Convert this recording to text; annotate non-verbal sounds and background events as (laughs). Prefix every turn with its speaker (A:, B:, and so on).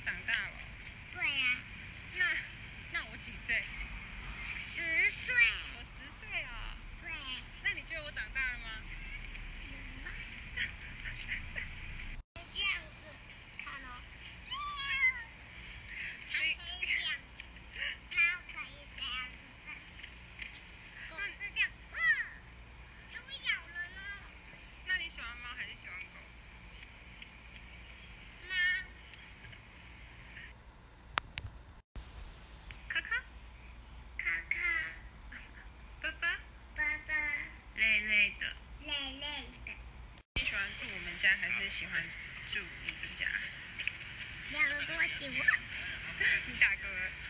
A: 长大了？
B: 对呀、
A: 那那我几岁？
B: 十岁，
A: 我十岁啊。
B: 对呀、
A: 那你觉得我长大了吗？
B: 嗯吧可以这样子看哦，
A: 所以
B: 还可以这样子，然后可以这样子看，狗是这样，哇，它会咬人哦，
A: 那你喜欢猫还是喜欢狗？
B: 猫。
A: 卡卡、
B: 卡卡、
A: 爸爸，
B: 爸爸、
A: 累累的。
B: 累累的，
A: 你喜欢住我们家还是喜欢 (laughs) 住你们家？
B: 两个都喜欢。
A: 你打嗝。